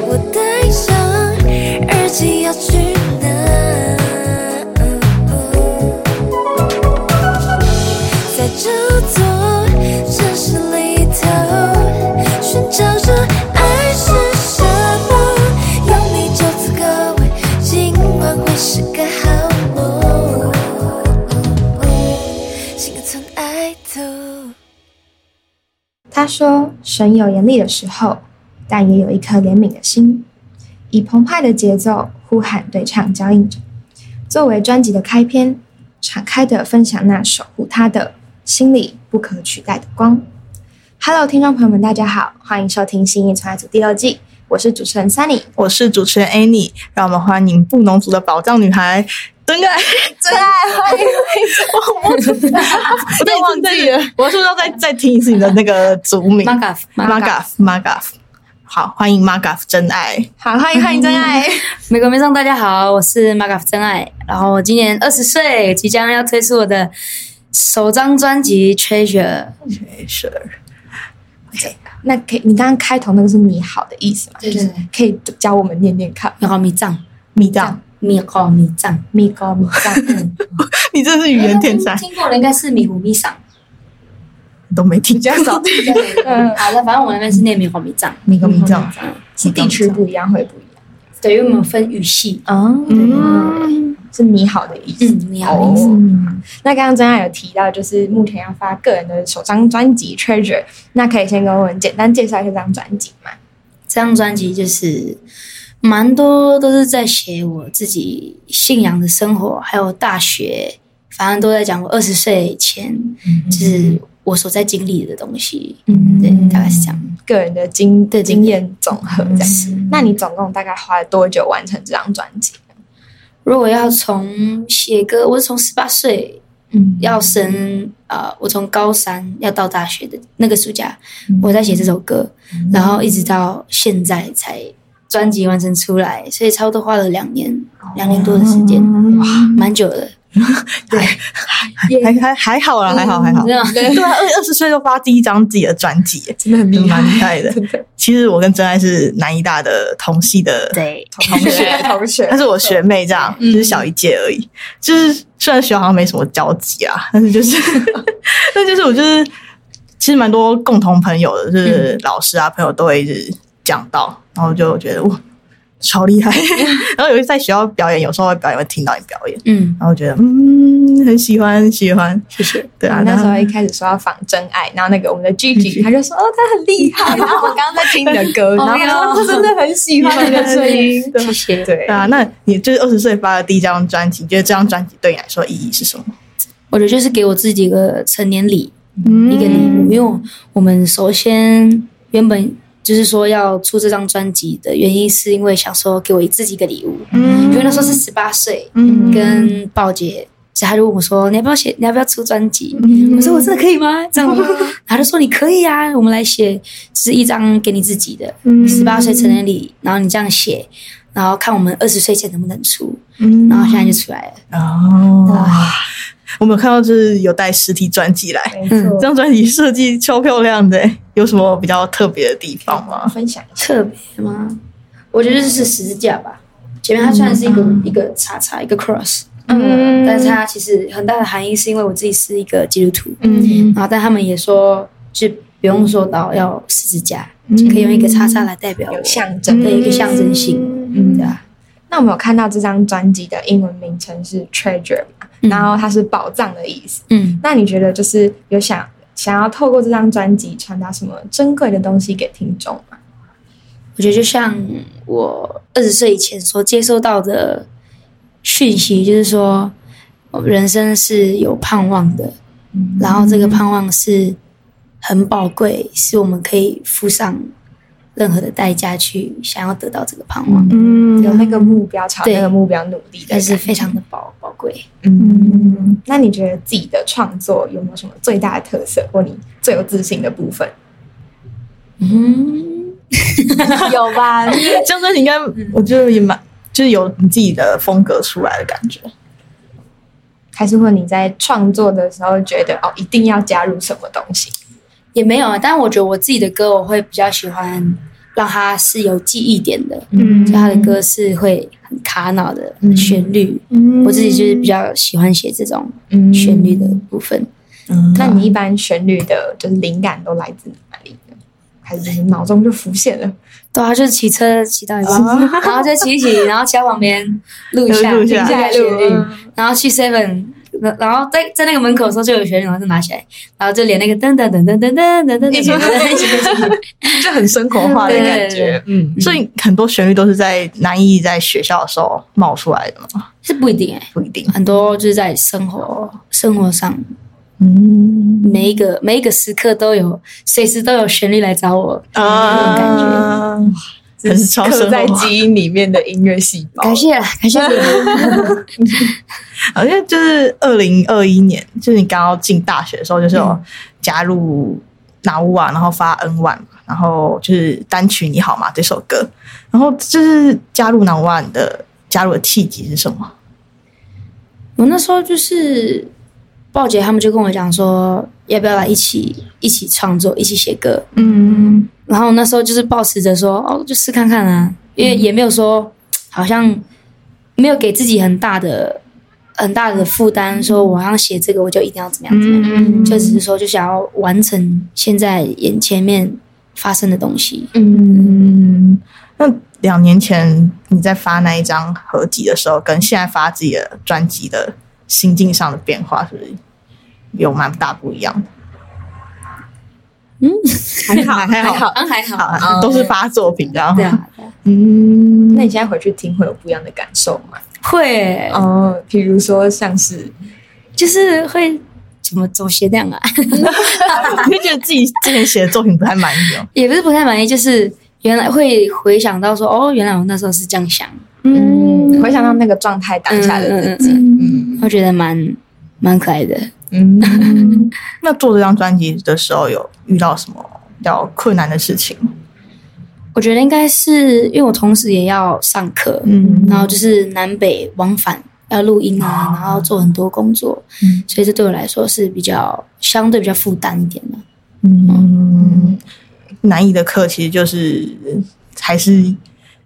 嗯是个好梦，心存爱图。他说：“神有严厉的时候，但也有一颗怜悯的心。”以澎湃的节奏呼喊对唱交映着。作为专辑的开篇，敞开的分享那守护他的心里不可取代的光。Hello，听众朋友们，大家好，欢迎收听《新一传爱组》第二季，我是主持人 Sunny。我是主持人 Annie，让我们欢迎布农族的宝藏女孩真爱，真爱，欢迎我我我都忘记了，我是不是要再再听一次你的那个族名 m a g a f m a g a f m a g a f 好，欢迎 m a g a f 真爱，好，啊欢迎欢迎真爱。 美国民众大家好，我是 m a g a f 真爱，然后我今年二十岁，即将要推出我的首张专辑《Treasure》。没事，那可以，你刚刚开头那个是你好的意思吗？对就是对对可以教我们念念看。米高米藏，米藏，米高米藏，咪高咪藏，嗯，你真的是语言天才，听过的应该是米糊米桑，都没听见。比 较少嗯好的，反正我那边是念米高米藏，米高米藏，嗯 是地区不一样会不一样。对，因为我们分语系。哦，嗯是你好的意思。嗯，你好，哦嗯，那刚刚真爱有提到，就是目前要发个人的首张专辑《Treasure》，那可以先跟我们简单介绍一下这张专辑吗？这张专辑就是蛮多都是在写我自己信仰的生活，还有大学，反正都在讲我二十岁前就是我所在经历的东西。嗯对，大概是这样。个人的经对经验总和这样是。那你总共大概花了多久完成这张专辑？如果要从写歌，我是从十八岁嗯要升啊、呃我从高三要到大学的那个暑假嗯，我在写这首歌，嗯然后一直到现在才专辑完成出来，所以差不多花了两年，两年嗯多的时哦间，哇，蛮久的。还还还好啦，还好还好嗯。真 的对啊，二二十岁就发第一张自己的专辑，真的很厉害，蛮厉害的真的其实我跟真爱是南医大的同系的对，同学， 同学她。是我学妹，这样嗯就是小一届而已。就是虽然学好像没什么交集啊，但是就是， 但就是我就是其实蛮多共同朋友的，嗯就是老师啊、朋友都会一直讲到，然后就觉得哇超 厉害。然后有一次在学校表演，有时候会表演会听到你表演，嗯，然后觉得嗯很喜欢很喜欢，谢谢。对啊我，那时候然后一开始说要仿真爱，然后那个我们的 Gigi 哦他就说哦他很厉害，然后我刚刚在听你的 歌，然后他说真的很喜欢你的声音，谢谢。 对对啊，那你就是二十岁发的第一张专辑，你觉得这张专辑对你来说意义是什么？我觉得就是给我自己一个成年礼，一一个礼物，因为我我们首先原本就是说要出这张专辑的原因，是因为想说给我自己一个礼物，嗯因为那时候是十八岁，嗯跟鲍姐，所以她就问我说：“你要不要写？你要不要出专辑？”嗯我说：“我真的可以吗？”这样吗，她就说：“你可以啊，我们来写，就是一张给你自己的嗯十八岁成年礼，然后你这样写，然后看我们二十岁前能不能出，嗯然后现在就出来了。哦，我们有看到就是有带实体专辑来，没嗯错这张专辑设计超漂亮的，有什么比较特别的地方吗？分享一下。特别吗？我觉得就是十字架吧。前面它虽然是一个、一个叉叉一个 cross，嗯但是它其实很大的含义是因为我自己是一个基督徒，嗯然后但他们也说就不用说到要十字架，就可以用一个叉叉来代表嗯我有象征的一个象征性，嗯对吧？那我们有看到这张专辑的英文名称是 Treasure 嘛，嗯然后它是宝藏的意思。嗯，那你觉得就是有想想要透过这张专辑传达什么珍贵的东西给听众吗？我觉得就像我二十岁以前所接收到的讯息，就是说，我人生是有盼望的，然后这个盼望是很宝贵，是我们可以付上任何的代价去想要得到这个盼望，嗯有那个目标，朝对那个目标努力的但感是觉。非常的宝宝贵。嗯，那你觉得自己的创作有没有什么最大的特色，或你最有自信的部分？嗯，有吧？这张专辑应该我觉得也蛮就是有你自己的风格出来的感觉。 还是或你在创作的时候觉得哦，一定要加入什么东西？也没有啊，但我觉得我自己的歌，我会比较喜欢让它是有记忆点的，嗯就它的歌是会很卡脑的嗯旋律。嗯我自己就是比较喜欢写这种嗯旋律的部分。嗯那你一般旋律的，就是灵感都来自哪里呢？还是就是脑中就浮现了？对啊，就是骑车骑到一半，然后就骑一骑，然后骑到旁边录一下，录一停下下来录旋律，然后去 Seven，然然后在在那个门口的时候就有旋律，然后就拿起来，然后就连那个噔噔噔噔噔噔噔噔一起噔噔一起录，就很生活化的感对对觉。嗯，所以很多旋律都是在南艺在学校的时候冒出来的嘛，是不一定哎，不一定。很多就是在生活生活上，嗯每一个每一个时刻都有，随时都有旋律来找我，啊，感觉觉很超刻生在活化。基因里面的音乐细胞。感谢啦感谢你们，好像就是二零二一年，就是你刚刚进大学的时候，就是有加入拿乌啊，然后发 N One，然后就是单曲《你好吗》这首歌，然后就是加入拿乌啊，你的加入的契机是什么？我那时候就是鲍姐他们就跟我讲说，要不要来一起一起创作，一起写歌。嗯然后那时候就是抱持着说，哦，就试看看啊，因为也没有说好像没有给自己很大的很大的负担，说我要写这个我就一定要怎么样怎么样，嗯就只是说就想要完成现在眼前面发生的东西。嗯，那两年前你在发那一张合集的时候，跟现在发自己的专辑的心境上的变化，是不是有蛮大不一样的？还好，还好，嗯，还好，好，都是发作品，然后对啊，对啊嗯，那你现在回去听会有不一样的感受吗？会哦，比如说像是就是会怎么怎么写那样啊？ 你会觉得自己之前写的作品不太满意哦。也不是不太满意，就是原来会回想到说，哦，原来我那时候是这样想，嗯，回想到那个状态当下的自己，嗯我觉得蛮蛮可爱的。嗯，那做这张专辑的时候，有遇到什么比较困难的事情？我觉得应该是因为我同时也要上课，嗯然后就是南北往返要录音哦啊，然后做很多工作，嗯所以这对我来说是比较相对比较负担一点的。嗯，南艺的课其实就是还是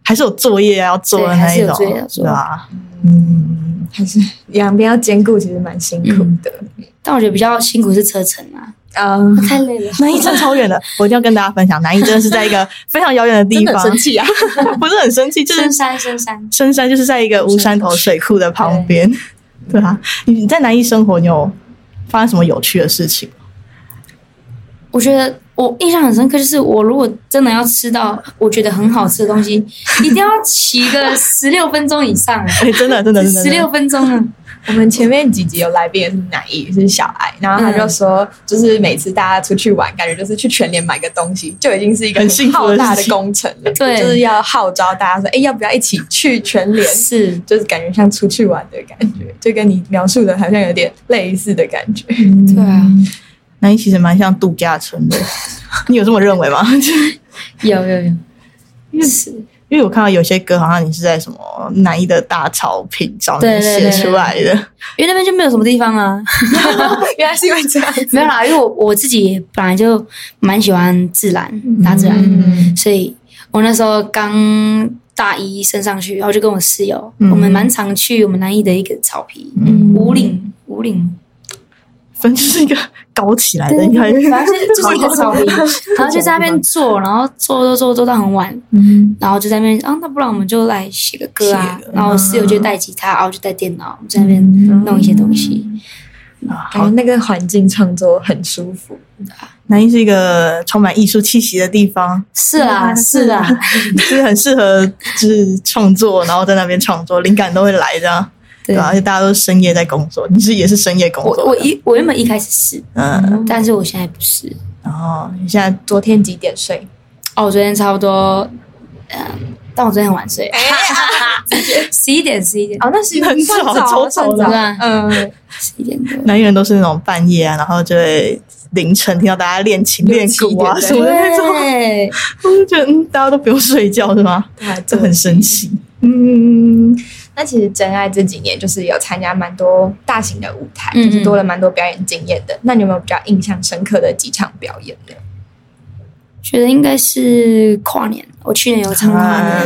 还是有作业要做的对还那是一有种，作业要做对吧？嗯，还是两边要兼顾，其实蛮辛苦的。但我觉得比较辛苦是车程啊，嗯，太累了。南艺真的超远的，我一定要跟大家分享，南艺真的是在一个非常遥远的地 方，气啊！不是很生气，就是 深山，深山，深山就是在一个乌山头水库的旁边，对啊，你在南艺生活，你有发生什么有趣的事情？我觉得我印象很深刻，就是我如果真的要吃到我觉得很好吃的东西，一定要骑个十六分钟以上，哎，真的，真的，真的，哎真十的六分钟啊！我们前面几集有来宾也是南艺，是小爱，然后他就说，就是每次大家出去玩，感觉就是去全联买个东西，就已经是一个很幸福浩的大事的情工程了。对就是要号召大家说，哎，要不要一起去全 联？是，就是感觉像出去玩的感觉，就跟你描述的好像有点类似的感 觉。对啊，南艺其实蛮像度假村 的，你有这么认为吗？ 有有有，是，因为我看到有些歌好像你是在什么南艺的大草坪上面对对写对出来的，因为那边就没有什么地方嗯啊，原来是因为这样子，没有啦，因为我我自己本来就蛮喜欢自然，大自然，嗯所以我那时候刚大一升上去，然后就跟我室友，嗯我们蛮常去我们南艺的一个草皮，嗯五岭，五岭。反正就是一个高起来的对一对对，个，反正就是就是一个草坪， 然后就在那边 坐，然后坐坐坐坐到很晚，嗯然后就在那边啊，那不然我们就来写个歌啊写嗯个。然后我室友就带吉他，然后就带电脑，我们在那边弄一些东西。啊，感好觉，哎那个环境创作很舒服。南艺是一个充满艺术气息的地方，是啊，嗯是啊，就是很适合就是创作，然后在那边创作，灵感都会来这样。对对啊，而且大家都是深夜在工作，你是也是深夜工我作的，我一我原本一开始是，嗯，但是我现在不是。然后你现在昨天几点睡？哦，我昨天差不多，嗯，但我昨天很晚哎睡，十一点十一点哦，那是很算早早，超算早的早对啊。嗯，十一点 多。男艺人都是那种半夜啊，然后就会凌晨听到大家练琴、六练鼓啊七点什么的那种，对，我就觉得嗯，大家都不用睡觉是吗？啊这很神奇。嗯，那其实真爱这几年就是有参加蛮多大型的舞台，嗯就是多了蛮多表演经验的。那你有没有比较印象深刻的几场表演呢？觉得应该是跨年，我去年有唱跨年，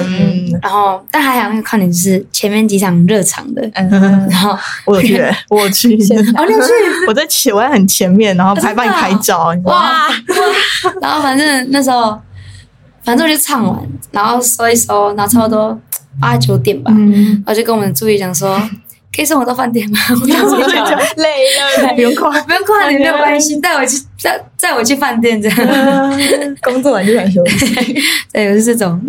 嗯，然后但还好那个跨年就是前面几场热场的，嗯，然后我有去，我有去，哦你有去， 我在前，我在很前面，然后拍帮你拍照，你知道吗哇， 然后反正那时候，反正我就唱完，然后收一收，然后差不多八九点吧，嗯然后就跟我们助理讲 说，可以送我到饭店 吗？我想睡觉了，累了，不用夸，不用跨年没有关系，带我去带带我去饭店这 样， 工作完就想休息。对，我是这种，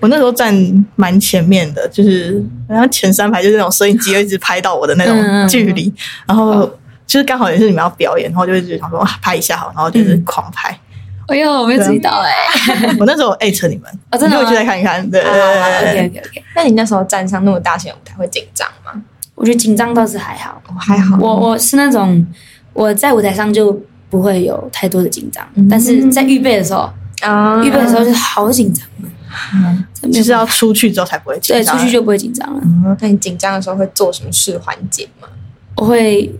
我那时候站蛮前面的，就是好像前三排就是那种摄影机会一直拍到我的那嗯嗯种嗯距离，然后就是刚好也是你们要表演，然后就一直想说啊拍一下好，然后就是狂拍。哎呦，我没有注意到哎，我那时候艾特你们，哦真的你吗哦可以去再看一看。对对对对 OK 对， OK OK，那你那时候站上那么大型的舞台会紧张吗？我觉得紧张倒是还好，我还好，我我是那种我在舞台上就不会有太多的紧张，但是在预备的时候，啊预备的时候就好紧张啊，真没就有是要出去之后才不会紧对，张。出去就不会紧张了。那你紧张的时候会做什么事缓解吗？我会，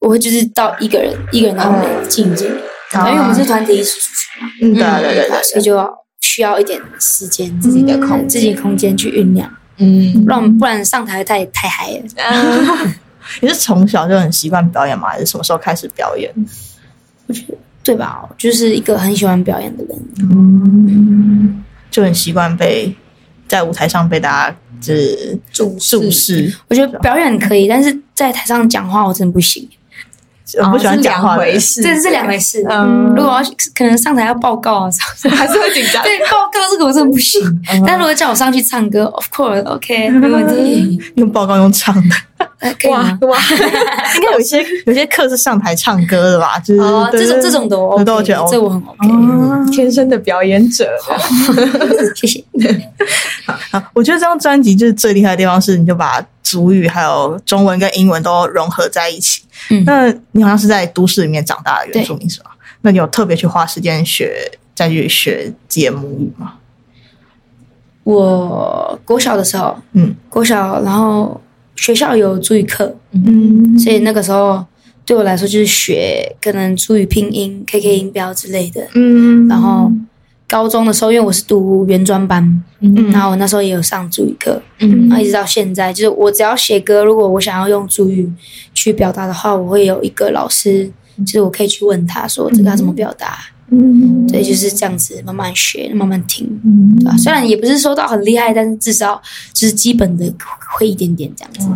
我会就是到一个人一个人到美静一静，然后因为我们是团体一起出去嘛，嗯，对对对对，所以就要需要一点时间自自己己的空自己空间去酝酿，嗯，不然不然上台太太嗨了。你是从小就很习惯表演吗？还是什么时候开始表演？对吧？我就是一个很喜欢表演的人，就很习惯被在舞台上被大家就是注视注视，我觉得表演可以，但是在台上讲话我真的不行， 我不喜欢讲话啊是两的人回。事，这是两回事。嗯如果要可能上台要报告啊， 还是会紧张。 对，报告这个我真的不行。但如果叫我上去唱歌，of course，OK，、没问题，用报告用唱的，呃可以吗？哇， 应该有一些有些课是上台唱歌的吧？就是哦，嗯对这种对这种的我我哦 OK，都觉得 OK 这 我很 OK，、天生的表演者，谢谢。啊我觉得这张专辑就是最厉害的地方是，你就把主语还有中文跟英文都融合在一起。嗯那你好像是在都市里面长大的对原住民是吧？那你有特别去花时间学再去学解母语吗？我国小的时候，嗯，国小，然后学校有注语课，嗯，所以那个时候对我来说就是学可能注语拼音、KK 音标之类的。嗯然后高中的时候，因为我是读原专班，嗯，然后我那时候也有上注语课，嗯，然后一直到现在，就是我只要写歌，如果我想要用注语去表达的话，我会有一个老师，就是我可以去问他说这个要怎么表达，嗯对，就是这样子慢慢学，慢慢听，对吧、虽然也不是说到很厉害，但是至少就是基本的会一点点这样子。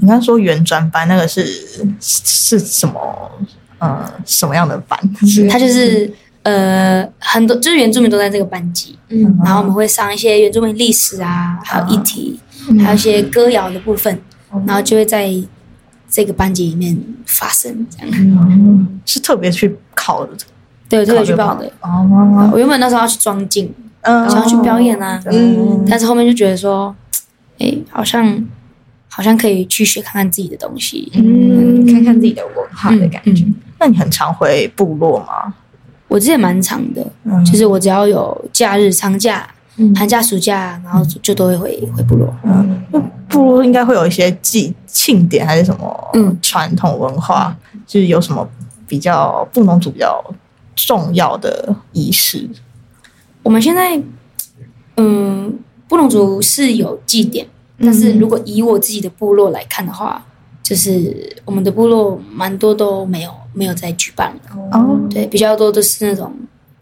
你刚说原专班那个是是是什么？呃，什么样的班？是他就是呃，很多就是原住民都在这个班级，嗯然后我们会上一些原住民历史啊，还有议题，还有一些歌谣的部分，然后就会在这个班级里面发生这样。是特别去考的对，我特别去考报这的。哦，我原本那时候要去装镜，嗯想要去表演啊，嗯但是后面就觉得说，哎，好像好像可以去学看看自己的东西。嗯嗯，看看自己的文化的感觉，那你很常回部落吗？我之前蛮长的，嗯就是我只要有假日、长假、嗯寒假、暑假，然后就就都会回回部落。部落应该会有一些祭庆典还是什么嗯传统文化，就是有什么比较布农族比较重要的仪式？我们现在，嗯，布农族是有祭典，嗯但是如果以我自己的部落来看的话，就是我们的部落蛮多都没有没有在举办的，哦，对，比较多都是那种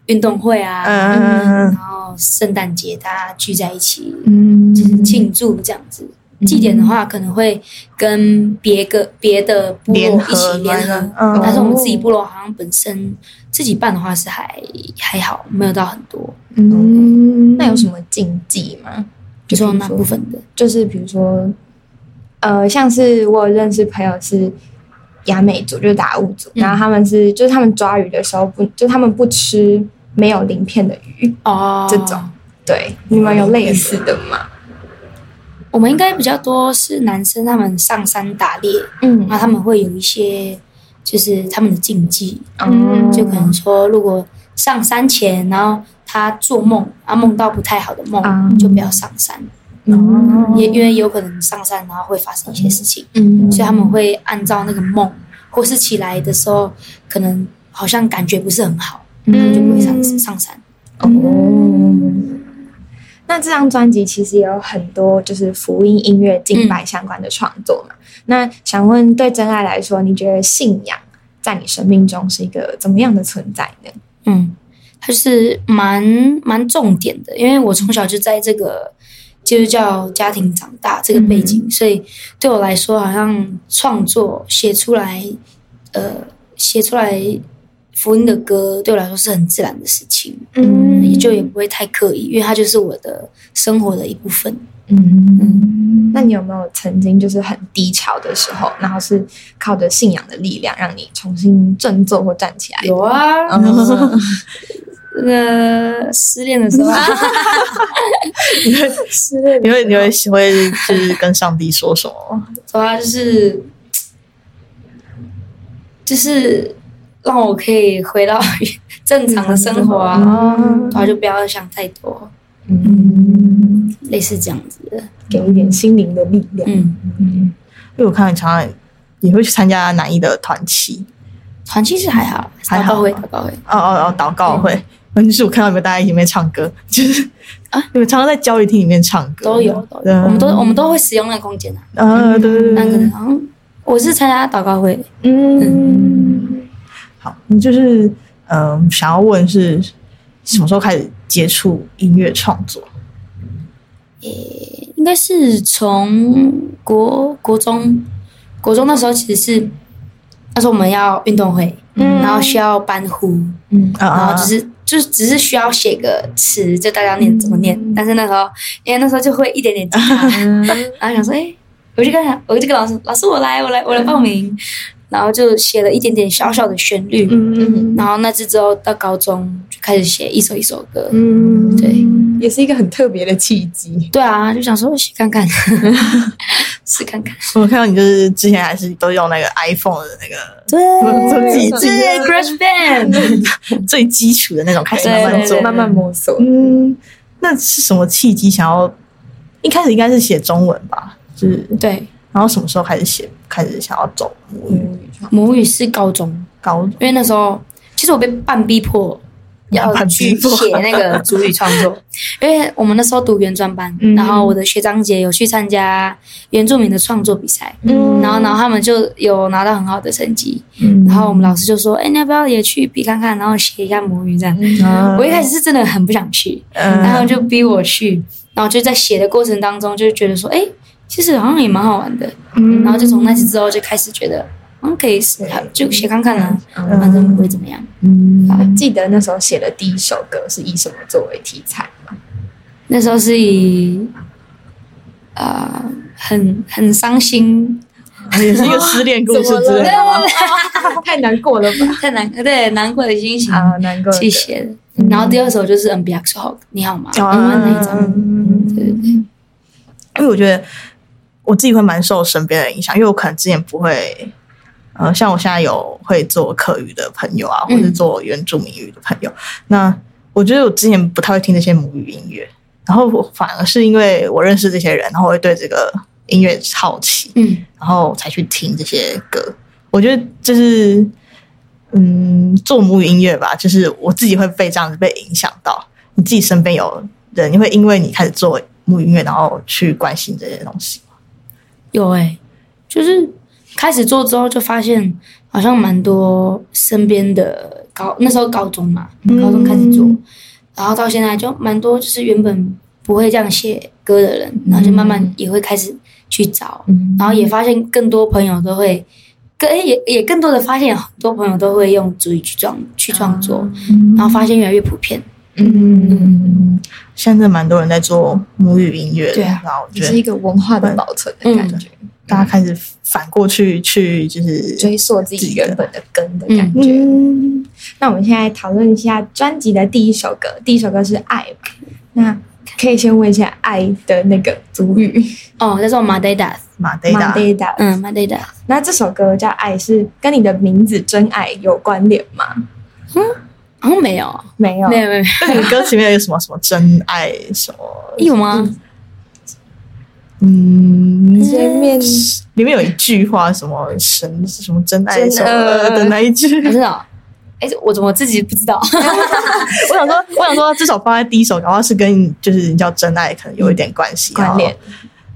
运动会啊，嗯然后圣诞节大家聚在一起嗯，就是庆祝这样子。祭典的话，可能会跟别个别的部落联一起合联合，嗯但是我们自己部落好像本身自己办的话是还还好，没有到很多。嗯，那有什么禁忌吗？就说那比如部分的，就是比如说，呃，像是我有认识朋友是雅美族，就是达悟族，嗯然后他们是就是他们抓鱼的时候不，就是他们不吃没有鳞片的鱼。哦，这种对，你们有类似的吗？我们应该比较多是男生他们上山打猎，嗯然后他们会有一些就是他们的禁忌，嗯就可能说如果上山前，然后他做梦啊梦到不太好的梦，嗯就不要上山，嗯也因为有可能上山然后会发生一些事情，嗯所以他们会按照那个梦，或是起来的时候可能好像感觉不是很好，就嗯不会上上山。哦。那这张专辑其实也有很多就是福音音乐敬拜相关的创作嘛。那想问，对真爱来说，你觉得信仰在你生命中是一个怎么样的存在呢？嗯，它就是蛮蛮重点的，因为我从小就在这个基督教家庭长大这个背景，所以对我来说，好像创作写出来，呃，写出来福音的歌，对我来说是很自然的事情，嗯也就也不会太刻意，因为它就是我的生活的一部分。嗯，那你有没有曾经就是很低潮的时候，然后是靠着信仰的力量让你重新振作或站起来？有啊，嗯 那个失恋的时候 啊，失恋的你会你会你会就是跟上帝说什么？主要啊就是就是让我可以回到 正常的生活嗯啊，哦然后就不要想太多，嗯，类似这样子的。给一点心灵的力量。嗯，因为我看你常常也会去参加南艺的团契，团契是还好，还祷好告会，祷告会，哦哦哦，祷告会。反正就是我看到你们大家一起面唱歌，就是嗯啊， 你们常常在教育厅里面唱歌，都有都对啊有，我们都我们都会使用那个空间的。啊呃，对对对那对个对，好像哦我是参加祷告会的，嗯，好，你就是嗯、呃想要问是什么时候开始接触音乐创作？应该是从国国中，国中那时候其实是那时候我们要运动会，嗯然后需要搬呼，啊然后啊，就是就只是需要写个词，就大家念怎么念。但是那时候，因为那时候就会一点点吉他， 然后想说，哎、我就跟他，我就跟老师，老师我来，我来，我来报名。然后就写了一点点小小的旋律，嗯然后那次之后到高中就开始写一首一首歌，嗯对也是一个很特别的契机。对啊，就想说写看看，试看看，我看到你就是之前还是都用那个 iPhone 的那个对，手机是 Crash Band，最基础的那种开始慢慢对对做对。慢慢摸索，嗯，那是什么契机想要？一开始应该是写中文吧，就是对，然后什么时候开始写，开始想要走母语嗯母语是高中，高中？因为那时候其实我被半逼迫嗯要半逼去迫写那个主语创 作，因为我们那时候读原专班，嗯然后我的学长姐有去参加原住民的创作比赛，嗯然后然后他们就有拿到很好的成绩，嗯然后我们老师就说，哎，你要不要也去比看看，然后写一下母语这样。嗯我一开始是真的很不想去，嗯然后就逼我去，然后就在写的过程当中就觉得说，哎，其实好像也蛮好玩的，嗯然后就从那次之后就开始觉得，嗯，可以试就写看看啦、反正不会怎么样。嗯记得那时候写的第一首歌是以什么作为题材吗？那时候是以，呃，很很伤心，也是一个失恋故事之 类的。太难过了吧？太难，对难过的心情啊，难过了。去写的。然后第二首就是《n b x Hog》，你好吗？啊英文那一张，嗯对对对，因为我觉得我自己会蛮受身边的影响，因为我可能之前不会，呃，像我现在有会做客语的朋友啊，或嗯是做原住民语的朋友，那我觉得我之前不太会听这些母语音乐，然后我反而是因为我认识这些人，然后我会对这个音乐好奇，嗯然后才去听这些歌。我觉得就是，嗯，做母语音乐吧，就是我自己会被这样子被影响到。你自己身边有人，你会因为你开始做母语音乐，然后去关心这些东西。有哎、就是开始做之后就发现，好像蛮多身边的高那时候高中嘛，高中开始做，然后到现在就蛮多，就是原本不会这样写歌的人，然后就慢慢也会开始去找，然后也发现更多朋友都会。更诶也也更多的发现，很多朋友都会用主语去创去创作，然后发现越来越普遍。嗯，现在蛮多人在做母语音乐的，对啊然后我也觉是一得个文化的保存的感觉，大家开始反过去去就是追溯自自己己的原本的根的感觉。嗯，那我们现在讨论一下专辑的第一首歌，第一首歌是《爱》吧？那可以先问一下《爱》的那个主语哦，叫做马代达，马德达 m a d e d a 嗯，马代达，那这首歌叫《爱》是跟你的名字“真爱”有关联吗？好像哦没有，没有没有，没有，那你歌词里面有什么什么真爱什么？有吗？嗯，前面里面有一句话，什么神什么真爱真什么爱的那一句，我知道，哎，我怎么自己不 知道？我想说，我想说，至少放在第一首，然后是跟就是你叫真爱可能有一点关系关联。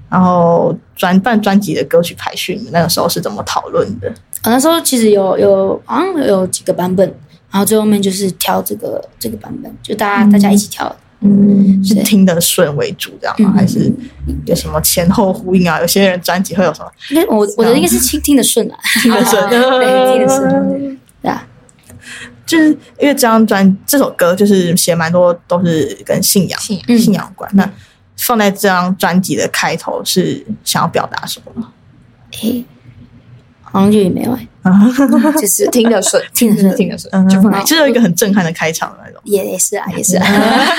然后专办专辑的歌曲排序，你们那个时候是怎么讨论的？我哦那时候其实有有好像有几个版本，然后最后面就是挑这个这个版本，就大家、大家一起挑的。嗯，是对听得顺为主这样吗？嗯还是有什么前后呼应啊？有些人专辑会有什么因为我我的应该是听听得顺啊，听得顺？呃对，听得顺，对啊，就是因为这张专这首歌就是写蛮多都是跟信仰信仰信仰有关。那放在这张专辑的开头是想要表达什么呢？诶，好像就也没有、欸，就是听得顺，听得顺听得顺，就就本放来来就是有一个很震撼的开场的那种。也也是啊，也是啊，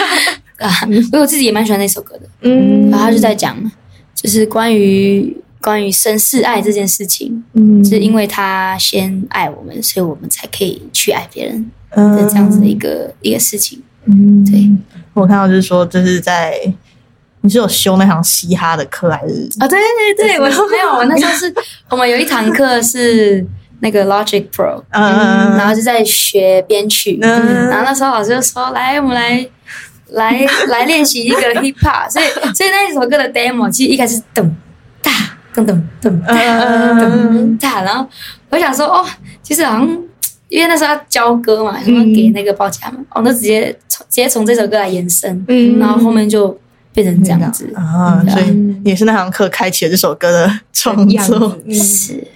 啊，因为我自己也蛮喜欢那首歌的，嗯然后他就在讲，就是关于关于绅士爱这件事情，嗯是因为他先爱我们，所以我们才可以去爱别人的嗯这样子的一个、一个事情。嗯对。我看到就是说，就是在你是有修那堂嘻哈的课还是？啊、对对 对，我没有，我那时候是我们有一堂课是那个 Logic Pro，嗯嗯嗯然后就在学编曲，嗯然后那时候老师就说，来，我们来。来来练习一个 hip hop，所以所以那一首歌的 demo 其实一开始噔哒噔噔噔哒嗯噔哒，然后我想说哦，其实好像因为那时候要教歌嘛，然后嗯给那个报价嘛，我们就直接从直接从这首歌来延伸，嗯然后后面就变成这样子，啊，对啊所以也是那堂课开启了这首歌的创样作子。嗯是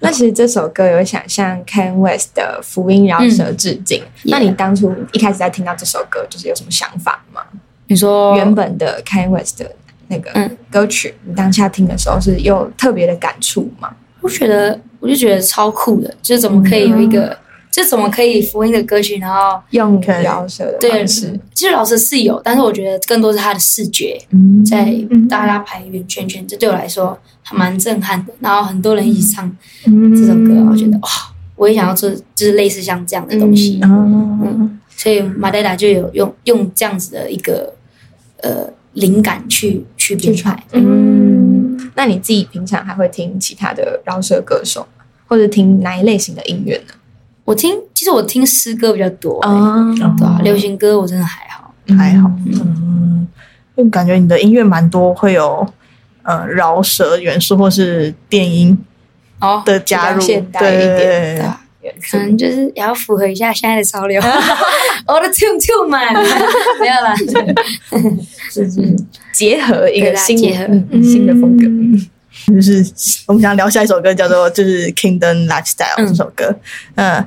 那其实这首歌有想向 Ken West 的《福音饶舌》致敬。那你当初一开始在听到这首歌，就是有什么想法吗？你说原本的 Ken West 的那个哦嗯歌曲，你当下听的时候是有特别的感触吗？我觉得我就觉得超酷的，就是怎么可以有一个，就怎么可以福音的歌曲，然后用可以饶舌的对，方式是，其实老师是有，但是我觉得更多是他的视觉嗯在大家排圆圈圈，这对我来说还蛮震撼的。然后很多人一起唱这首歌，我觉得哇、我也想要做，就是类似像这样的东西。嗯所以马黛达就有用用这样子的一个呃灵感去去编排。嗯，那你自己平常还会听其他的饶舌歌手吗，或者听哪一类型的音乐呢？我听，其实我听诗歌比较多、哦啊，对啊，流行歌我真的还好。还好，嗯，就感觉你的音乐蛮多会有呃饶舌元素或是电音哦，的加入，比较现代一对点对对对啊可能就是也要符合一下现在的潮 流。我的 tune tune 嘛， 没有啦，就是结合一对个啦新结合嗯新的风格。嗯我们想聊下一首歌，叫做就是《Kingdom Lifestyle》嗯这首歌。嗯、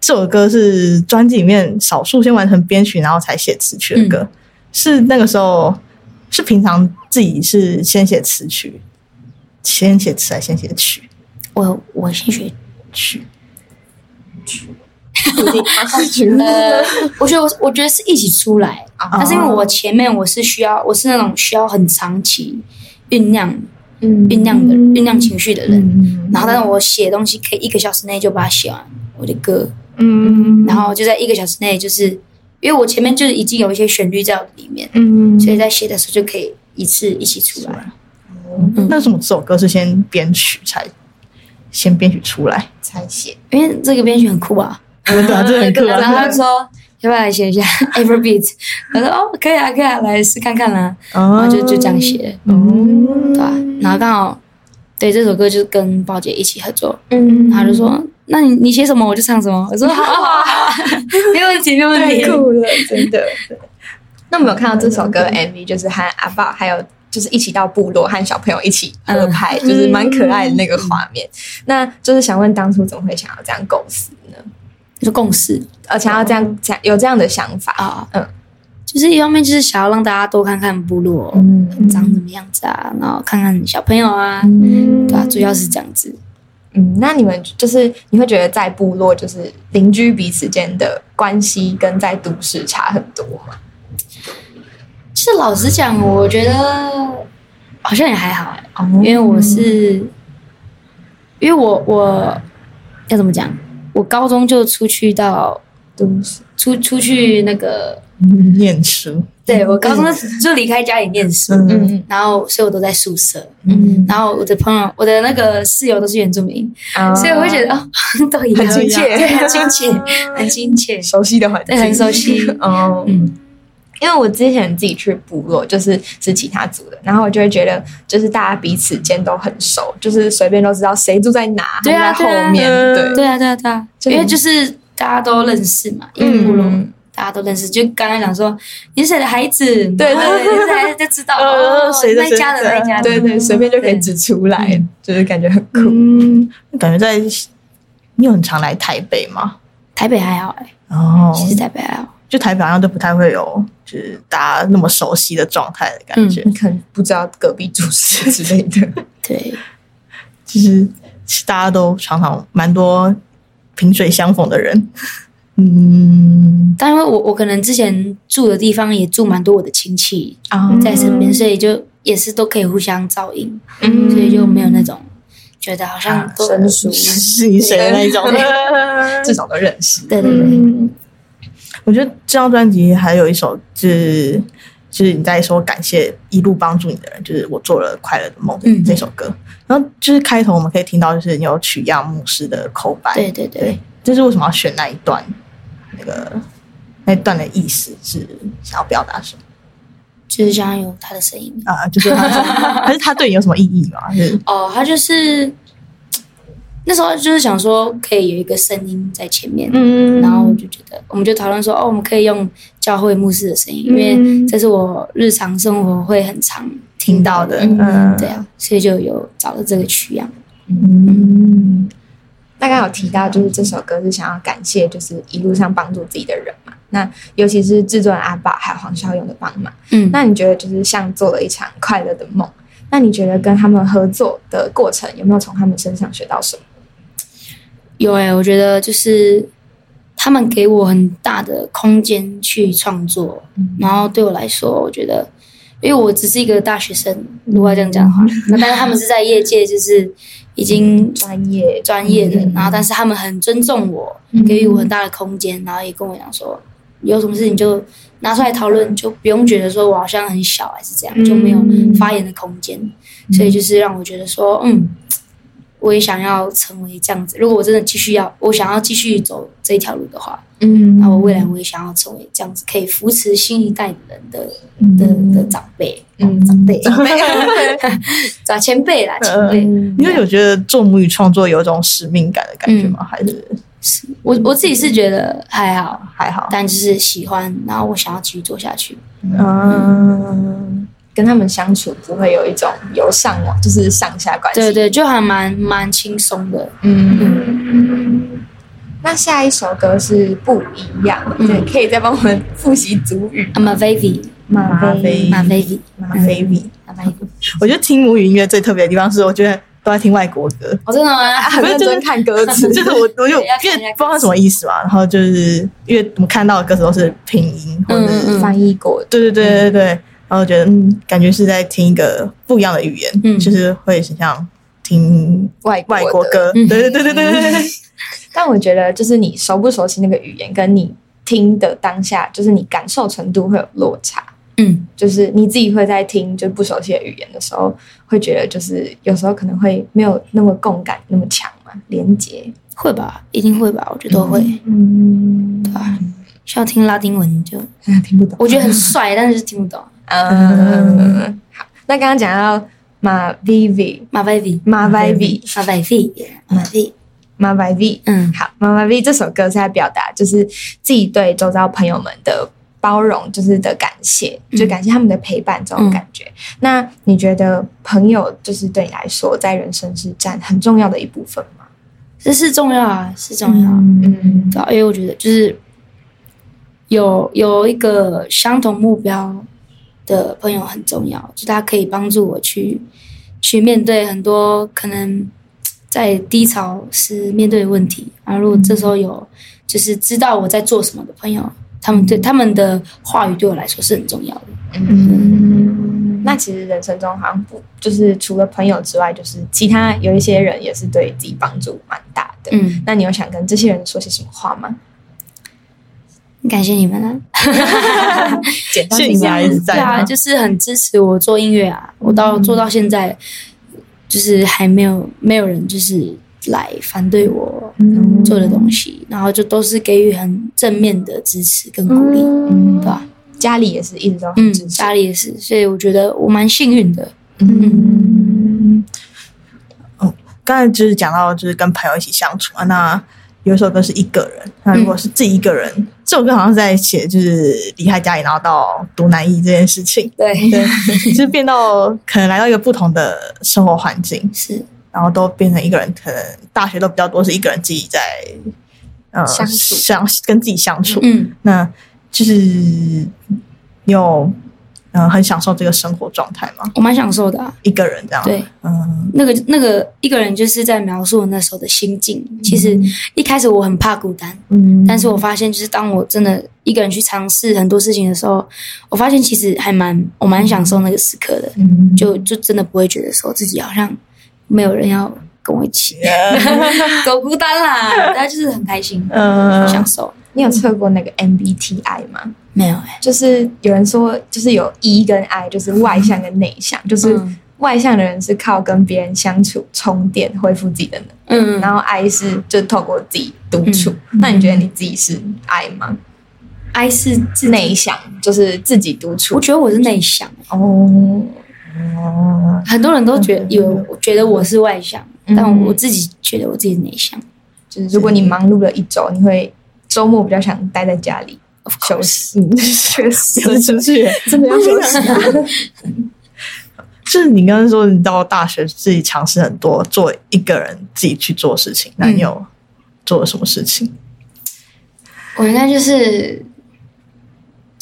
这首歌是专辑里面少数先完成编曲，然后才写词曲的歌。嗯是那个时候，是平常自己是先写词曲，先写词还是先写曲？我我先学曲 呃，我觉得我我觉得是一起出来，啊啊但是因为我前面我是需要，我是那种需要很长期酝酿嗯酝酿的酝酿情绪的人，嗯然后但是我写东西可以一个小时内就把它写完我的歌，嗯然后就在一个小时内，就是因为我前面就是已经有一些旋律在我里面，嗯所以在写的时候就可以一次一起出来。嗯那为什么这首歌是先编曲才先编曲出来？才写，因为这个编曲很酷啊，对啊，这很酷然后他就啊！说要不要来写一下 Everbeat？我说哦，可以啊，可以啊，来试看看啦、然然后就就这样写，嗯对吧、然后刚好对这首歌就是跟宝姐一起合作，嗯然后她就说那你你写什么我就唱什么，我说好啊好啊好 啊，没问题没问太题。酷了，真的。 那我们有看到这首歌的 MV，就是和阿爸还有就是一起到部落和小朋友一起合拍，就是蛮可爱的那个画面。那就是想问，当初怎么会想要这样构思呢？就共识而且要这样这样有这样的想法？啊，嗯嗯，就是一方面就是想要让大家多看看部落嗯长什么样子啊，然后看看小朋友啊，嗯对吧、主要是这样子。嗯，那你们就是你会觉得在部落就是邻居彼此间的关系跟在都市差很多吗？其实老实讲，我觉得好像也还好哎、嗯因为我是，因为我我要怎么讲？我高中就出去到读书，出出去那个，念书，对我高中就离开家里念书，嗯嗯然后所以我都在宿舍，嗯，然后我的朋友，我的那个室友都是原住民，嗯所以我会觉得哦， 都一样，很亲切对，很亲切，很亲 切，熟悉的环境，对，很熟悉，哦，嗯，因为我之前自己去部落，就是是其他族的，然后我就会觉得，就是大家彼此间都很熟，就是随便都知道谁住在哪，对啊他住在后面，对、对啊，对啊，对啊，就因为很就是大家都认识嘛，因为部落嗯，大家都认识，就刚刚讲说你是谁的孩子，对对哦对你是谁的孩子就 知道呃哦，谁的那一家的谁的那一家的，对对，随便就可以对指出来，就是感觉很酷。嗯，感觉在你有很常来台北吗？台北还好哎，哦，其实台北还好，就台北好像都不太会有，就是大家那么熟悉的状态的感觉，你可能不知道隔壁住谁之类的，对，就是大家都常常蛮多萍水相逢的人。嗯，但因为我我可能之前住的地方也住蛮多我的亲戚啊在身边，所以就也是都可以互相照应，嗯啊所以就没有那种觉得好像都生疏是你谁的那一种。至少都认识。对对对，我觉得这张专辑还有一首就是。就是你在说感谢一路帮助你的人，就是我做了快乐的梦嗯这首歌。然后就是开头我们可以听到，就是你有取样牧师的口白，对对对对，这是为什么要选那一段？那个那一段的意思是想要表达什么就是想要有他的声音。啊、就是他 说还是他对你有什么意义吗？就是哦，他就是那时候就是想说可以有一个声音在前面，嗯然后我就觉得我们就讨论说，哦，我们可以用教会牧师的声音，因为这是我日常生活会很常听到的，嗯对啊，所以就有找了这个取样。嗯，大概有提到，就是这首歌是想要感谢，就是一路上帮助自己的人嘛。那尤其是制作人阿宝还有黄孝勇的帮忙。嗯，那你觉得，就是像做了一场快乐的梦，那你觉得跟他们合作的过程有没有从他们身上学到什么？有诶、我觉得就是他们给我很大的空间去创作，然后对我来说，我觉得，因为我只是一个大学生，如果要这样讲的话，那但是他们是在业界就是已经专业专业的，嗯然后但是他们很尊重我，给予我很大的空间，然后也跟我讲说，有什么事情就拿出来讨嗯论，就不用觉得说我好像很小还是这样，就没有发言的空间，所嗯以就是让我觉得说，嗯，我也想要成为这样子。如果我真的继续要，我想要继续走这条路的话，嗯那我未来我也想要成为这样子，可以扶持新一代的人的的的长辈，嗯长辈，长辈，长前辈啦，前辈。你呃就有觉得做母语创作有一种使命感的感觉吗？嗯还是我我自己是觉得还好，还好？但就是喜欢，然后我想要继续做下去。嗯，跟他们相处不会有一种由上往，就是上下关系。对对，就还蛮蛮轻松的。嗯，那下一首歌是不一样，嗯对，可以再帮我们复习主语 I'm a baby，吗？菲 I'm a baby，马菲比， I'm a baby。我觉得听母语音乐最特别的地方是，我觉得都在听外国歌，我真的吗？啊很认真看歌词， 就是我我有对要因看为一下歌词不知道什么意思嘛，然后就是因为我们看到的歌词都是拼音或者是嗯翻译过的。对对对对对，然后觉得嗯，感觉是在听一个不一样的语言，嗯就是会很像听外外国国的歌，嗯对对对对对对对，但我觉得，就是你熟不熟悉那个语言，跟你听的当下，就是你感受程度会有落差。嗯，就是你自己会在听就不熟悉的语言的时候，会觉得就是有时候可能会没有那么共感那么强嘛，连接。会吧，一定会吧，我觉得都会。嗯，对吧像听拉丁文就听不懂。我觉得很帅，但是听不懂。嗯，好，那刚刚讲到马 Vivi、 My baby，马 Vivi、 My baby，My baby。马 Vivi，嗯好，妈妈 V 这首歌是在表达就是自己对周遭朋友们的包容，就是的感谢，嗯就感谢他们的陪伴这种感觉。那你觉得朋友就是对你来说，在人生是占很重要的一部分吗？这是重要啊，是重要啊。嗯对啊，因为我觉得就是有有一个相同目标的朋友很重要，就他可以帮助我去去面对很多可能在低潮时面对的问题。啊，如果这时候有就是知道我在做什么的朋友，他们对他们的话语对我来说是很重要的。嗯，那其实人生中好像不就是除了朋友之外，就是其他有一些人也是对自己帮助蛮大的。嗯，那你有想跟这些人说些什么话吗？感谢你们啊！简单你们还是在对啊，吗就是很支持我做音乐啊。我到做到现在，就是还没有没有人就是来反对我嗯做的东西，然后就都是给予很正面的支持跟鼓励，嗯对吧？家里也是一直都很嗯支，持。家里也是，所以我觉得我蛮幸运的。嗯刚才就是讲到就是跟朋友一起相处啊，那有一首歌是一个人，那如果是自己一个人，这首歌好像是在写就是离开家里，然后到读南艺这件事情，对，对， 就是变到可能来到一个不同的生活环境，是然后都变成一个人，可能大学都比较多是一个人自己在呃相处相跟自己相处，嗯。那就是你有嗯、呃很享受这个生活状态吗？我蛮享受的、啊，一个人这样，对，嗯，那个那个一个人就是在描述我那时候的心境。其实一开始我很怕孤单，嗯但是我发现，就是当我真的一个人去尝试很多事情的时候，我发现其实还蛮我蛮享受那个时刻的，嗯就就真的不会觉得说自己好像没有人要跟我一 起， 狗孤单啦，大家就是很开心，嗯享受。你有测过那个 MBTI 吗？没有哎、就是有人说，就是有 E 跟 I，就是外向跟内向，就是嗯外向的人是靠跟别人相处充电，恢复自己的能力，嗯，然后 I 是就透过自己独处。那你觉得你自己是 I 吗？ I 是自己内向就是自己独我处。觉得我是内向，欸哦，哦，很多人都觉得以为我觉得我是外向，嗯但我自己觉得我自己是内向。就是如果你忙碌了一周，你会周末比较想待在家里休息。嗯，确实出去， 真的要休息？就是你刚刚说你到大学自己尝试很多，做一个人自己去做事情，那你有做了什么事情？我应该就是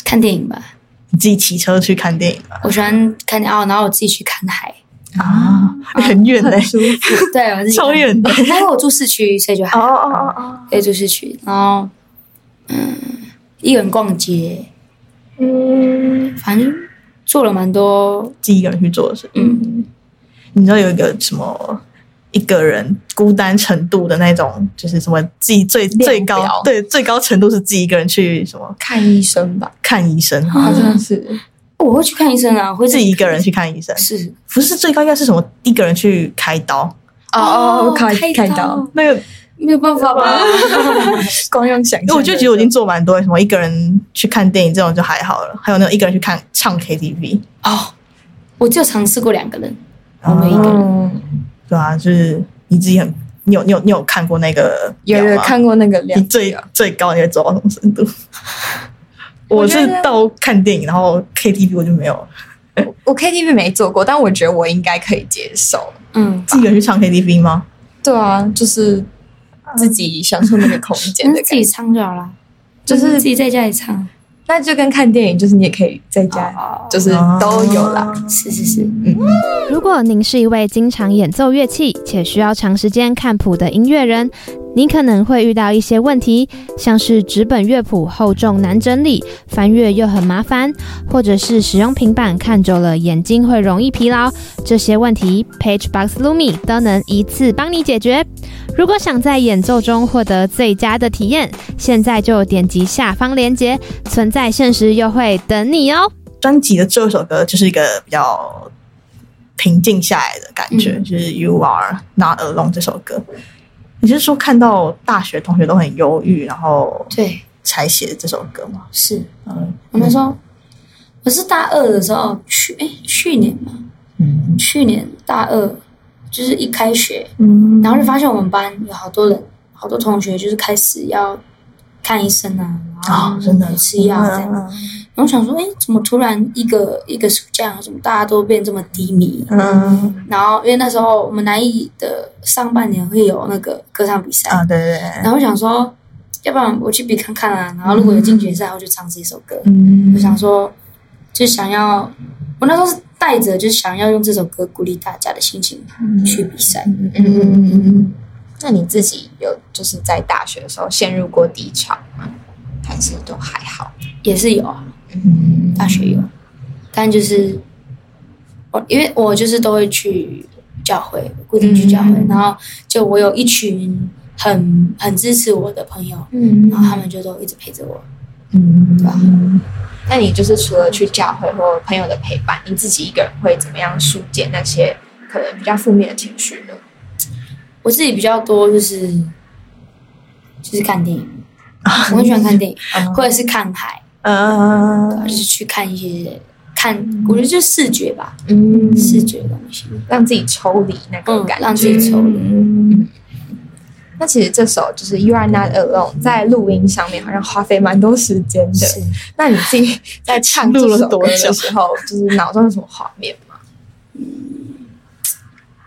看电影吧。你自己骑车去看电影吗？我喜欢看电影，哦然后我自己去看海。啊，很啊远嘞， 对，我自己超看。远的。但是哦我住市区，所以就还 好。哦哦，对，住市区，然后嗯，一个人逛街，嗯，反正做了蛮多。自己一个人去做的事。嗯，你知道有一个什么一个人孤单程度的那种，就是什么自己最量表最高对最高程度是自己一个人去什么看医生吧，看医生，好像是我会去看医生啊，我会自己一个人去看医生，是不是最高应该是什么一个人去开刀哦哦，看看到，那个。没有办法吧？ 光用想因为我就觉得我已经做蛮多，什么一个人去看电影这种就还好了，还有那种一个人去看唱 KTV，哦，我就尝试过两个人，我没有一个人。嗯，对啊，就是你自己很，你有你有你有看过那个有表有吗看过那个量啊你最最高你会走到什么 程度？我觉是得到看电影，然后 KTV 我就没有我 KTV 没做过，但我觉得我应该可以接受。嗯，自己一个人去唱 KTV 吗？对啊，就是自己享受那个空间那的嗯自感己觉，唱就好了，就是自己在家里唱。那就跟看电影，就是你也可以在家，哦，就是啊都有哦啦。是是是，如果您是一位经常演奏乐器且需要长时间看谱的音乐人，你可能会遇到一些问题，像是纸本乐谱厚重难整理，翻阅又很麻烦，或者是使用平板看久了眼睛会容易疲劳。这些问题，PageBox Lumi 都能一次帮你解决。如果想在演奏中获得最佳的体验，现在就点击下方链接，存在限时优惠等你哦。专辑的最后一首歌就是一个比较平静下来的感觉，嗯就是《You Are Not Alone》这首歌。你是说看到大学同学都很忧郁，然后对，才写的这首歌吗？是。嗯我那时候我是大二的时候，去哎、去年嘛，嗯去年大二就是一开学，嗯然后就发现我们班有好多人，好多同学就是开始要看医生啊，然啊后，真的吃药这样。嗯然后想说，哎、怎么突然一个一个暑假，怎么大家都变这么低迷？嗯然后因为那时候我们南艺的上半年会有那个歌唱比赛，啊，对对对，然后想说，要不然我去比看看啊，然后如果有进决赛，我就唱这首歌。嗯我想说，就想要，我那时候是带着就是想要用这首歌鼓励大家的心情去比赛。嗯嗯嗯嗯嗯。那你自己有就是在大学的时候陷入过低潮吗？还是都还好？也是有啊，嗯大学有，但就是我因为我就是都会去教会，固定去教嗯会，然后就我有一群很很支持我的朋友，嗯然后他们就都一直陪着我，嗯，那你就是除了去教会或朋友的陪伴，你自己一个人会怎么样疏解那些可能比较负面的情绪呢？我自己比较多就是就是看电影，啊我很喜欢看电影，嗯或者是看海，呃，就是去看一些看，我觉得就是视觉吧，嗯视觉的东西，让自己抽离那个嗯感，觉。让自己抽离。嗯，那其实这首就是《You Are Not Alone》在录音上面好像花费蛮多时间的。是，那你自己在唱这录了首歌多久的时候，就是脑中有什么画面吗？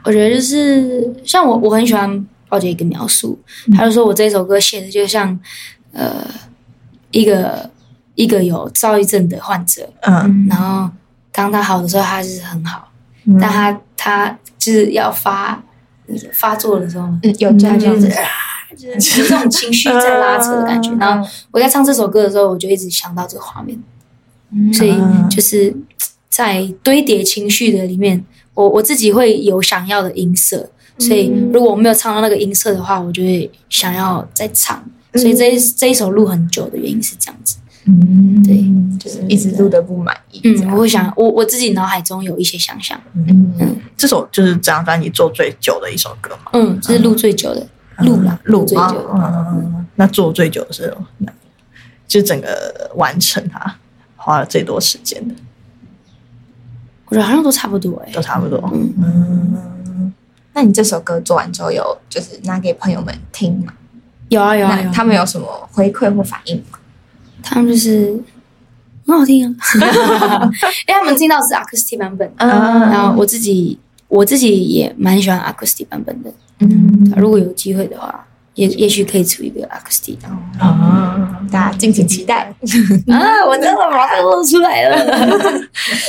我觉得就是像我，我很喜欢鲍姐一个描述，嗯他就说我这首歌写的就像呃一个一个有躁郁症的患者，嗯，然后当他好的时候，他就是很好，嗯但他他就是要发发作的时候，嗯，有这他样这就样子。是啊，就是有这种情绪在拉扯的感觉。然后我在唱这首歌的时候，我就一直想到这个画面，所以就是在堆叠情绪的里面，我我自己会有想要的音色，所以如果我没有唱到那个音色的话，我就会想要再唱。所以这一这一首录很久的原因是这样子，嗯，对，就是一直录的不满意。这嗯，样我会想我我自己脑海中有一些想象，嗯，这首就是这张专辑做最久的一首歌嘛，嗯，这是录最久的，录啦，录最久的，嗯，那做最久的是哪就整个完成它花了最多时间的，我觉得好像都差不多哎、都差不多。嗯嗯，那你这首歌做完之后，有就是拿给朋友们听吗？有啊有啊有那啊，他们有什么回馈或反应吗？他们就是很好听啊， 因为他们听到是 acoustic 版本，嗯然后我自己我自己也蛮喜欢 acoustic 版本的，嗯，如果有机会的话，也也许可以出一个 acoustic 的。啊，大家敬请期待。啊，我真的马上露出来了，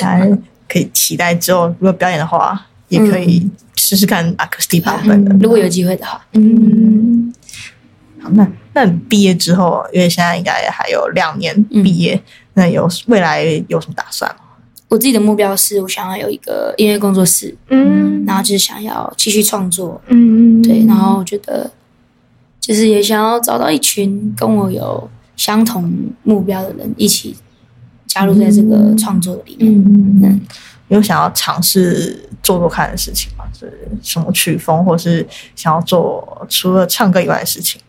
大家可以期待之后，如果表演的话，也可以嗯试试看阿克斯蒂版本的。 如果有机会的话，嗯，好，那那你毕业之后，因为现在应该还有两年嗯毕业，那有未来有什么打算吗？我自己的目标是我想要有一个音乐工作室，嗯然后就是想要继续创作，嗯，对，然后我觉得就是也想要找到一群跟我有相同目标的人一起加入在这个创作里面。嗯嗯有想要尝试做做看的事情吗？就是什么曲风，或是想要做除了唱歌以外的事情？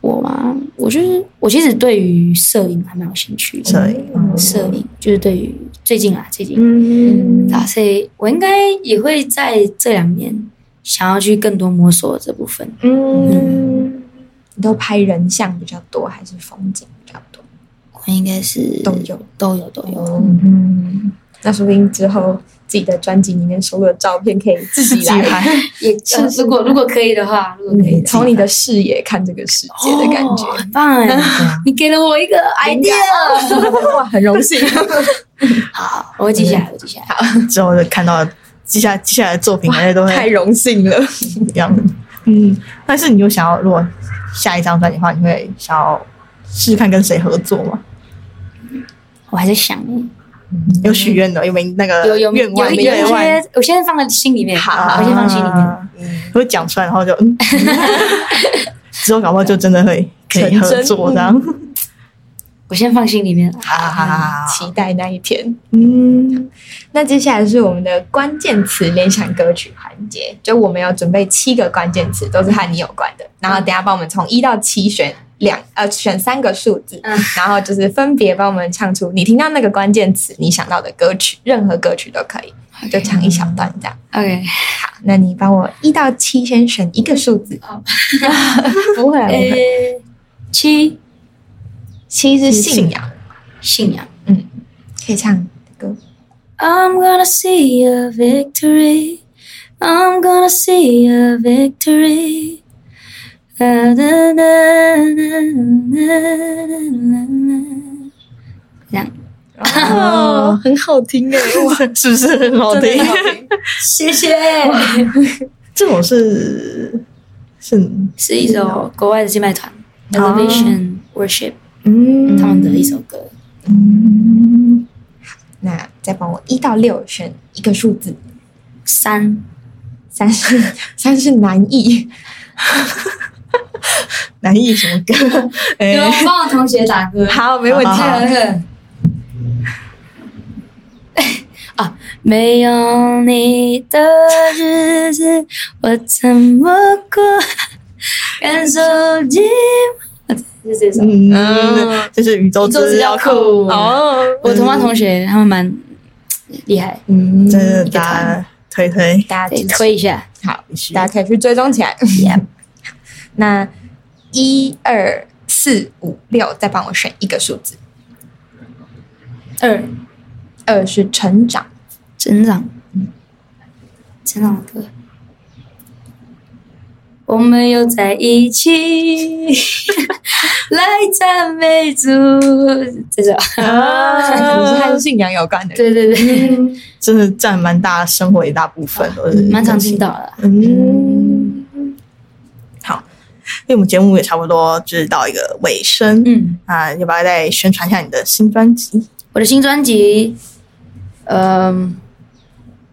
我嘛，我就是我其实对于摄影还蛮有兴趣的，摄影嗯摄影就是对于最近啊最近、嗯啊，所以我应该也会在这两年想要去更多摸索这部分。嗯，你都拍人像比较多还是风景比较多？我应该是都有都有都有，嗯，那说不定之后自己的专辑里面收录的照片可以自己来拍，也呃如果如果可以的话，如果可以的话从你的视野看这个世界的感哦觉。很棒哎！你给了我一个 idea，哇，哦很荣幸。好，我会记下来，我记下来。之后就看到接下接下来的作品，那些都会 太荣幸了。一样的。嗯，但是你又想要，如果下一张专辑的话，你会想要试试看跟谁合作吗？我还在想哎，有许愿的，有没那个有有有愿望？有一愿望些，我现在放在心里面，啊我先放心里面。会讲出来，然后就嗯，之后搞不好就真的会可以合作这样。我先放心里面。啊，嗯期待那一天。嗯，那接下来是我们的关键词联想歌曲环节，就我们要准备七个关键词，都是和你有关的。然后等一下帮我们从一到七选两呃选三个数字，嗯然后就是分别帮我们唱出你听到那个关键词，你想到的歌曲，任何歌曲都可以，就唱一小段这样。 OK，好，那你帮我一到七先选一个数 字好，不会啊，不会呃，七七是信仰，信仰。可以唱歌。 I'm gonna see a victory. I'm gonna see a victory. Da, da, da, da, da, da, da. 这样，哦，很好听哎，是不是很好听？谢谢。这种是是是一首国外的敬拜团啊 Elevation Worship 嗯他们的一首歌。那再帮我一到六选一个数字，三三是三是难易，南艺什么歌？哎、有我帮我同学打歌，好，没问题。好那个啊，没有你的日子我怎么过？感受寂寞，就是这首。嗯， 就是宇宙宙资料库。哦，我同班同学他们蛮厉害，嗯，真的大家推推，大家得支持推一下。好，大家可以去追踪起来。 那一二四五六，再帮我选一个数字。二二是成长，成长，成长的歌。我们又在一起， 来赞美主，这首。你啊是和信仰有关的。 对对对，真的占蛮大生活一大部分，嗯都是蛮常听到的。嗯，好，因为我们节目也差不多就是到一个尾声，嗯，啊，要不要再宣传一下你的新专辑？我的新专辑，嗯，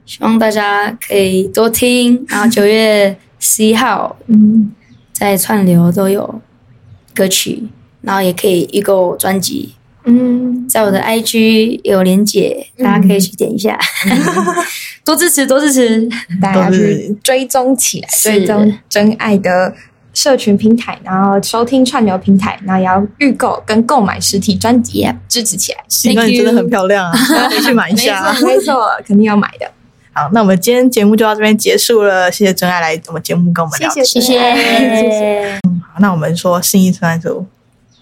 希望大家可以多听。然后九月十一号嗯，在串流都有歌曲，然后也可以预购专辑，嗯，在我的 IG 也有连结，大家可以去点一下，多支持多支持。大家去追踪起来，是追踪真爱的社群平台，然后收听串流平台，然后也要预购跟购买实体专辑，支持起来。西哥你真的很漂亮啊，大家可以去买一没下啊。错，没错，肯定要买的。 好，那我们今天节目就到这边结束了，谢谢真爱来我们节目跟我们聊天。谢谢谢。好那我们说信义存爱组，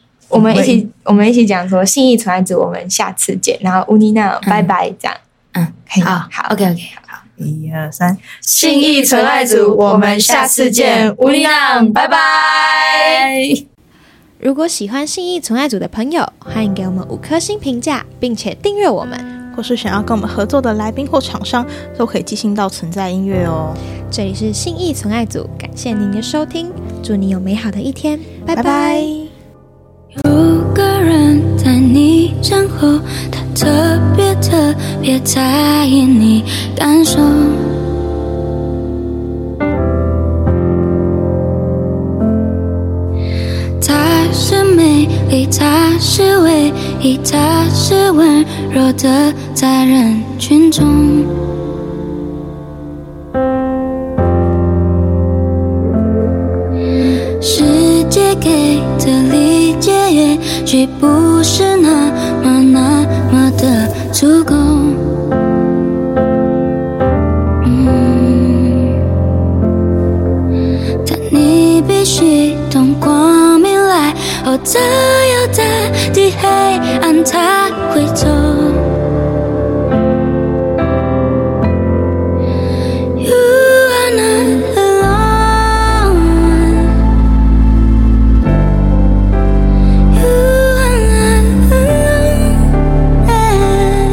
我们一起，我们一起讲说信义存爱组，我们下次见。然后乌妮娜，拜拜，这样。嗯，可以，好好，OK OK，一二三，信义纯爱组，我们下次见，无力浪，拜拜。如果喜欢信义存爱组的朋友，欢迎给我们五颗星评价，并且订阅我们。或是想要跟我们合作的来宾或厂商，都可以寄信到存在音乐哦。这里是信义存爱组，感谢您的收听，祝你有美好的一天，拜拜有个人在你身后，他特别特别在意你感受。他是美丽，他是唯一，他是温柔的，在人群中。世界给的理解，也许不是那么那么的足够。嗯，但你必须懂光明来，哦，只有大地黑暗才会走。You are not alone. You are not alone.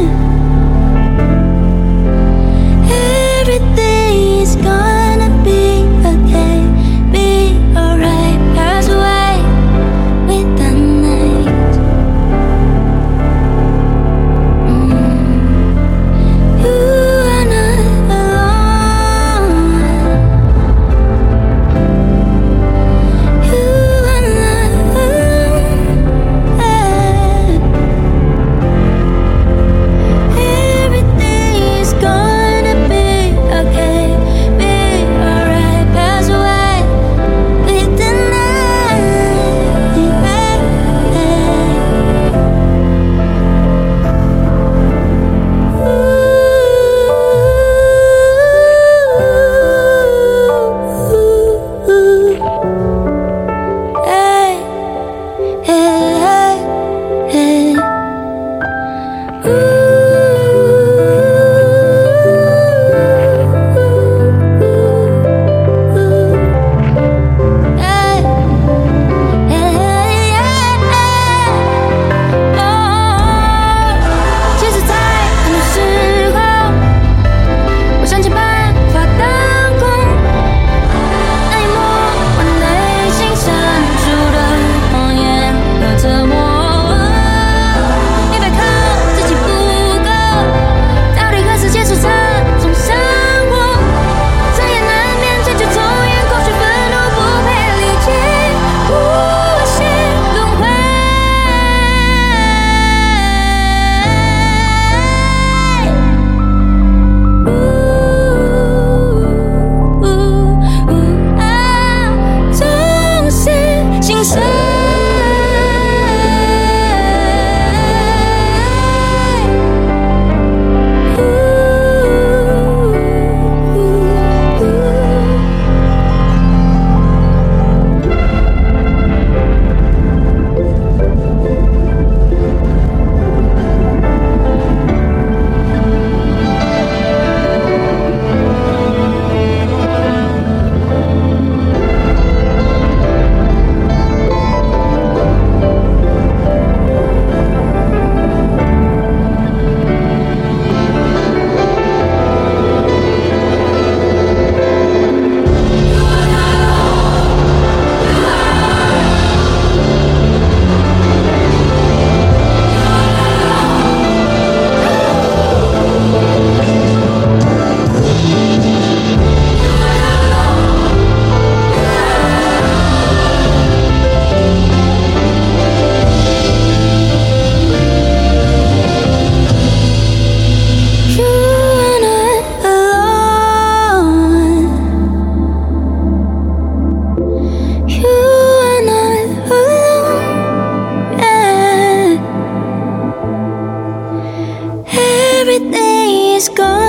Everything is gonna be okay, be alright. Pass away with the night. Mm. every day is gone.